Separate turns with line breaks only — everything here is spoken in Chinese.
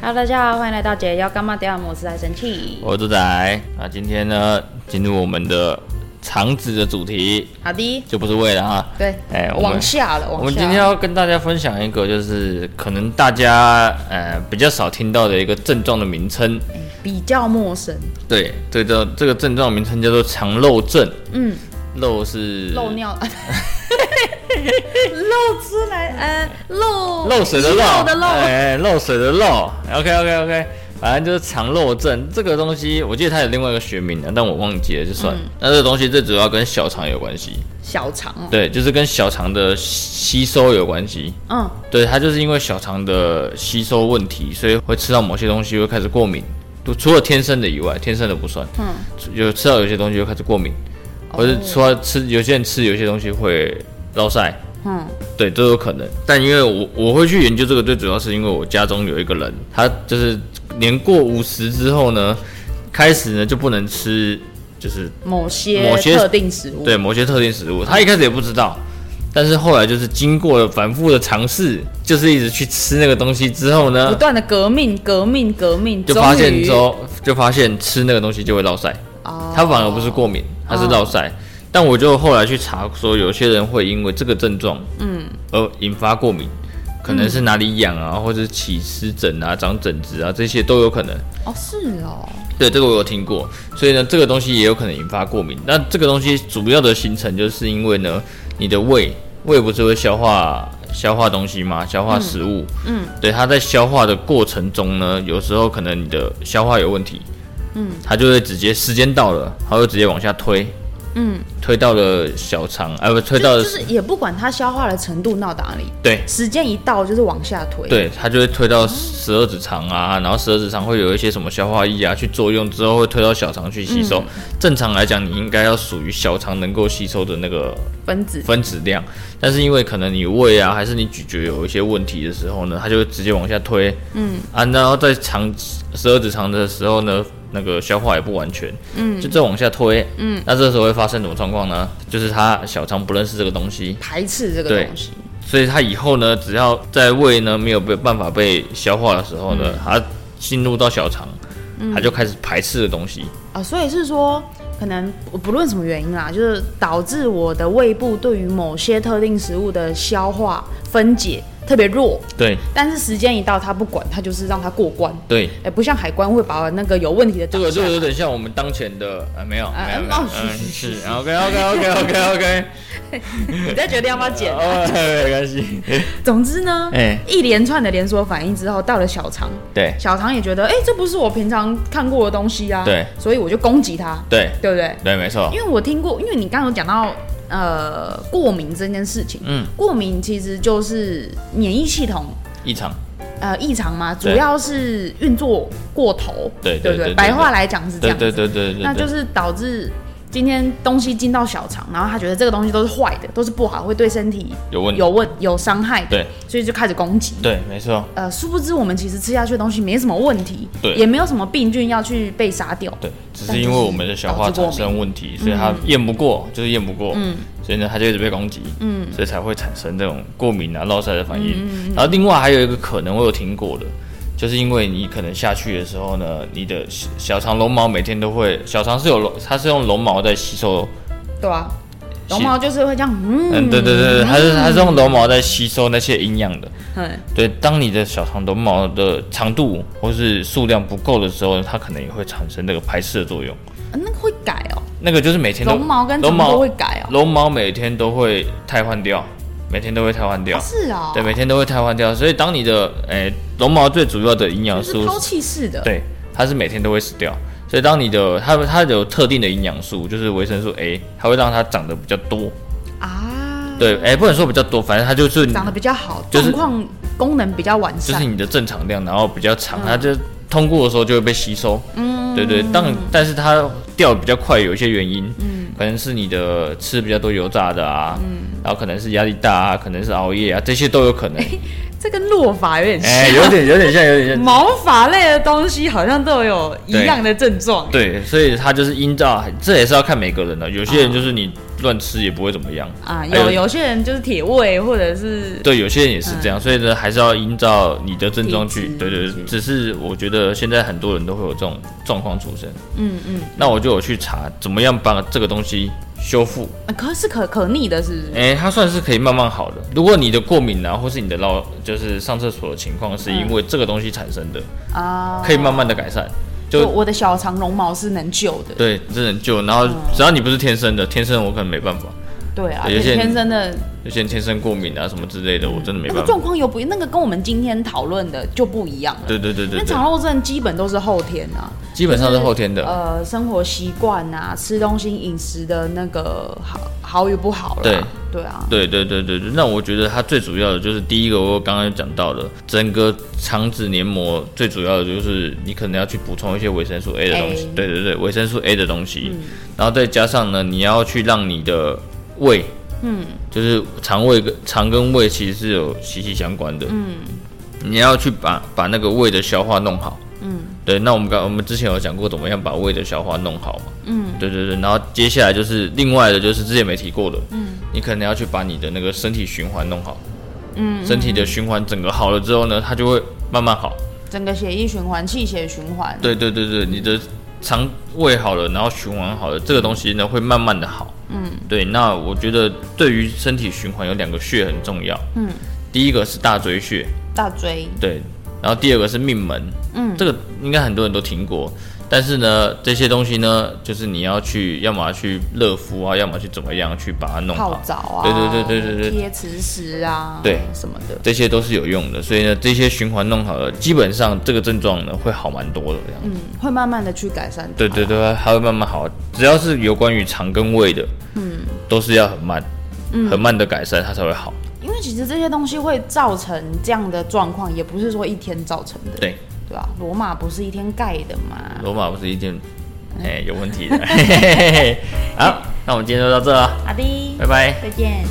Hello，大家好，欢迎来到解忧干妈迪亚姆斯爱生气。
我是猪仔。那今天呢，进入我们的肠子的主题，
好的，
就不是为了哈。
对，
哎我们
往下了，往下了。
我们今天要跟大家分享一个，就是可能大家呃比较少听到的一个症状的名称。
比较陌生，
对，这个这个症状名称叫做肠漏症。
嗯，
漏是
漏， 尿，漏出来，呃，漏
漏水的
遗
漏，
漏的漏，
哎，漏水的漏。OK OK OK，反正就是肠漏症这个东西，我记得它有另外一个学名的，啊但我忘记了，就算了。
嗯
那这个东西最主要跟小肠有关系。
小肠哦，
对，就是跟小肠的吸收有关系。
嗯，
对，它就是因为小肠的吸收问题，所以会吃到某些东西会开始过敏。就除了天生的以外，天生的不算。嗯，有吃到有些东西会开始过敏，或者除了吃有些人吃有些东西会落晒。
嗯，
对，都有可能。但因为我我会去研究这个，最主要是因为我家中有一个人，他就是年过五十之后呢，开始呢就不能吃，就是
某些
某些
特定食物，
对某些特定食物，他一开始也不知道，但是后来就是经过了反复的尝试，就是一直去吃那个东西之后
不
呢，
断的革命，革命，革命，
就发
终
现
于
之后就发现吃那个东西就会落晒，
哦
他反而不是过敏，他是落晒。但我就后来去查说，有些人会因为这个症状，嗯，而引发过敏，可
嗯
能是哪里痒啊，或者是起湿疹啊、长疹子啊，这些都有可能。
哦，是哦，
对，这个我有听过，所以呢，这个东西也有可能引发过敏。那这个东西主要的形成，就是因为呢，你的胃，胃不是会消化消化东西吗？消化食物，嗯，对，它在消化的过程中呢，有时候可能你的消化有问题，嗯，它就会直接时间到了，它会直接往下推，
嗯，
推到了小肠，啊不，推到
就
了，
就是也不管它消化的程度到哪里，
对，
时间一到就是往下推，，
对，它就会推到十二指肠啊，然后十二指肠会有一些什么消化液啊去作用，之后会推到小肠去吸收。正常来讲，你应该要属于小肠能够吸收的那个
分子
分子 量，但是因为可能你胃啊还是你咀嚼有一些问题的时候呢，它就会直接往下推。嗯啊，然后在肠十二指肠的时候呢。那个消化也不完全，嗯，就再往下推，嗯，那这时候会发生什么状况呢？就是它小肠不认识这个东西，
排斥这个
对
东西，
所以它以后呢，只要在胃呢没有被办法被消化的时候
嗯
呢，它进入到小肠，它就开始排斥的东西。
啊、所以是说，可能不不论什么原因啦，就是导致我的胃部对于某些特定食物的消化分解特别弱，
对
但是时间一到，它不管，它就是让它过关。
对，
哎、不像海关会把那个有问题的
这个这
就
个有点像我们当前的呃没有
啊
没有没有
哦，
嗯
是是
是 OK OK OK OK OK，
你在决定要不要减。
哦没关系，
总之呢，
哎
一连串的连锁反应之后，到了小肠，
对
小肠也觉得，哎、这不是我平常看过的东西啊，
对，
所以我就攻击它，
对
对不对？
对没错，
因为我听过，因为你刚刚有讲到呃过敏这件事情，
嗯，
过敏其实就是免疫系统
异常
呃异常嘛，主
对
要是运作过头，
对
对
对
不
对对
白话来讲是这
对
样，
对对对对
那就
对，
是导致今天东西进到小肠，然后他觉得这个东西都是坏的，都是不好，会对身体
有问题
有问有伤害的，
对
所以就开始攻击。
对没错，
呃，殊不知我们其实吃下去的东西没什么问题，
对
也没有什么病菌要去被杀掉，
对，只
但就是
是因为我们的消化产生问题，所以它咽不过，就是咽不过，嗯，所以呢，它就一直被攻击，嗯，所以才会产生这种过敏啊、落腮的反应。然后另外还有一个可能我有听过的，就是因为你可能下去的时候呢，你的小小肠绒毛每天都会，小肠是有绒，它是用绒毛在吸收，
对吧、
是
绒毛就是会这样，嗯，
嗯，对对对，对它是它是用绒毛在吸收那些营养的。
嗯，
对，当你的小肠绒毛的长度或是数量不够的时候，它可能也会产生那个排斥的作用。
呃那个会改哦，
那个就是每天都
绒毛跟
绒
长
毛
头会改哦，
绒毛每天都会汰换掉，每天都会汰换掉，
哦是哦，
对，每天都会汰换掉。所以当你的诶绒、毛最主要的营养
就
素
是，抛弃式的，
对，它是每天都会死掉。所以当你的它它有特定的营养素，就是维生素 A，它会让它长得比较多。
啊，
对，哎、不能说比较多，反正它就是
长得比较好，
就是
状况功能比较完
就是
善，
你的正常量，然后比较长，它就通过的时候就会被吸收。嗯，对对，当但是它掉的比较快，有一些原因，嗯，可能是你的吃比较多油炸的啊，嗯，然后可能是压力大啊，可能是熬夜啊，这些都有 可能。
这跟落法有点像。
哎、有点有点像，有点像。
毛发类的东西好像都有一样的症状。
对，所以它就是依照，这也是要看每个人的。有些人就是你乱吃也不会怎么样
啊，
还
有有些人就是铁胃，或者是
对，有些人也是这样，所以呢，还是要依照你的症状去
嗯体。质
对对对，只是我觉得现在很多人都会有这种状况出生。
嗯嗯，
那我就有去查怎么样把这个东西修复。
啊可是可可逆的，是不是？
哎、它算是可以慢慢好的。如果你的过敏啊，或是你的老就是上厕所的情况是
嗯
因为这个东西产生的，
啊，
可以慢慢的改善。
我
哎就
我的小肠绒毛是能救的，
对，这能救。然
哦
后只要你不是天生的，天生我可能没办法。
对啊，
有些人
天生的
有些人天生过敏啊什么之类的，我真的没
那个
办法
状。况有不那个跟我们今天讨论的就不一样了。
对对对对
那
对
肠，漏症基本都是后天啊，
基本上是后天的。
呃，生活习惯啊，吃东西饮食的那个好好与不好了。
对
对啊，
对对对对对，那我觉得它最主要的就是第一个，我刚刚讲到了，整个肠子黏膜最主要的就是你可能要去补充一些维生素 A 嗯的东西
A，
对对对，维生素 A 的东西，然后再加上呢，你要去让你的胃，嗯，就是肠胃跟肠跟胃其实是有息息相关的，嗯，你要去把把那个胃的消化弄好，嗯，对，那我们刚我们之前有讲过怎么样把胃的消化弄好嘛，嗯，对对对，然后接下来就是另外的就是之前没提过的，你可能要去把你的那个身体循环弄好，嗯，身体的循环整个好了之后呢，它就会慢慢好。
整个血液循环、气血循环。
对对对对，你的肠胃好了，然后循环好了，这个东西呢会慢慢的好。嗯，对，那我觉得对于身体循环有两个穴很重要。嗯，第一个是大椎穴，
大椎，
对，然后第二个是命门，嗯，这个应该很多人都听过。但是呢，这些东西呢，就是你要去，要么去热敷啊，要么去怎么样去把它弄
泡
好。
澡啊，
对对对对对对
贴磁石啊，
对
什么的。
这些都是有用的，所以呢，这些循环弄好了，基本上这个症状呢会好蛮多的这样。
嗯，会慢慢的去改善它。
对对对，它会慢慢好，只要是有关于肠跟胃的，嗯，都是要很慢，很慢的改善，它才会好。
因为其实这些东西会造成这样的状况，也不是说一天造成的，
对，
对吧、罗马不是一天盖的嘛？
罗马不是一件，哎、 有问题的。嘿嘿嘿嘿好，那我们今天就到这了，啊
好的，
拜拜。
再见。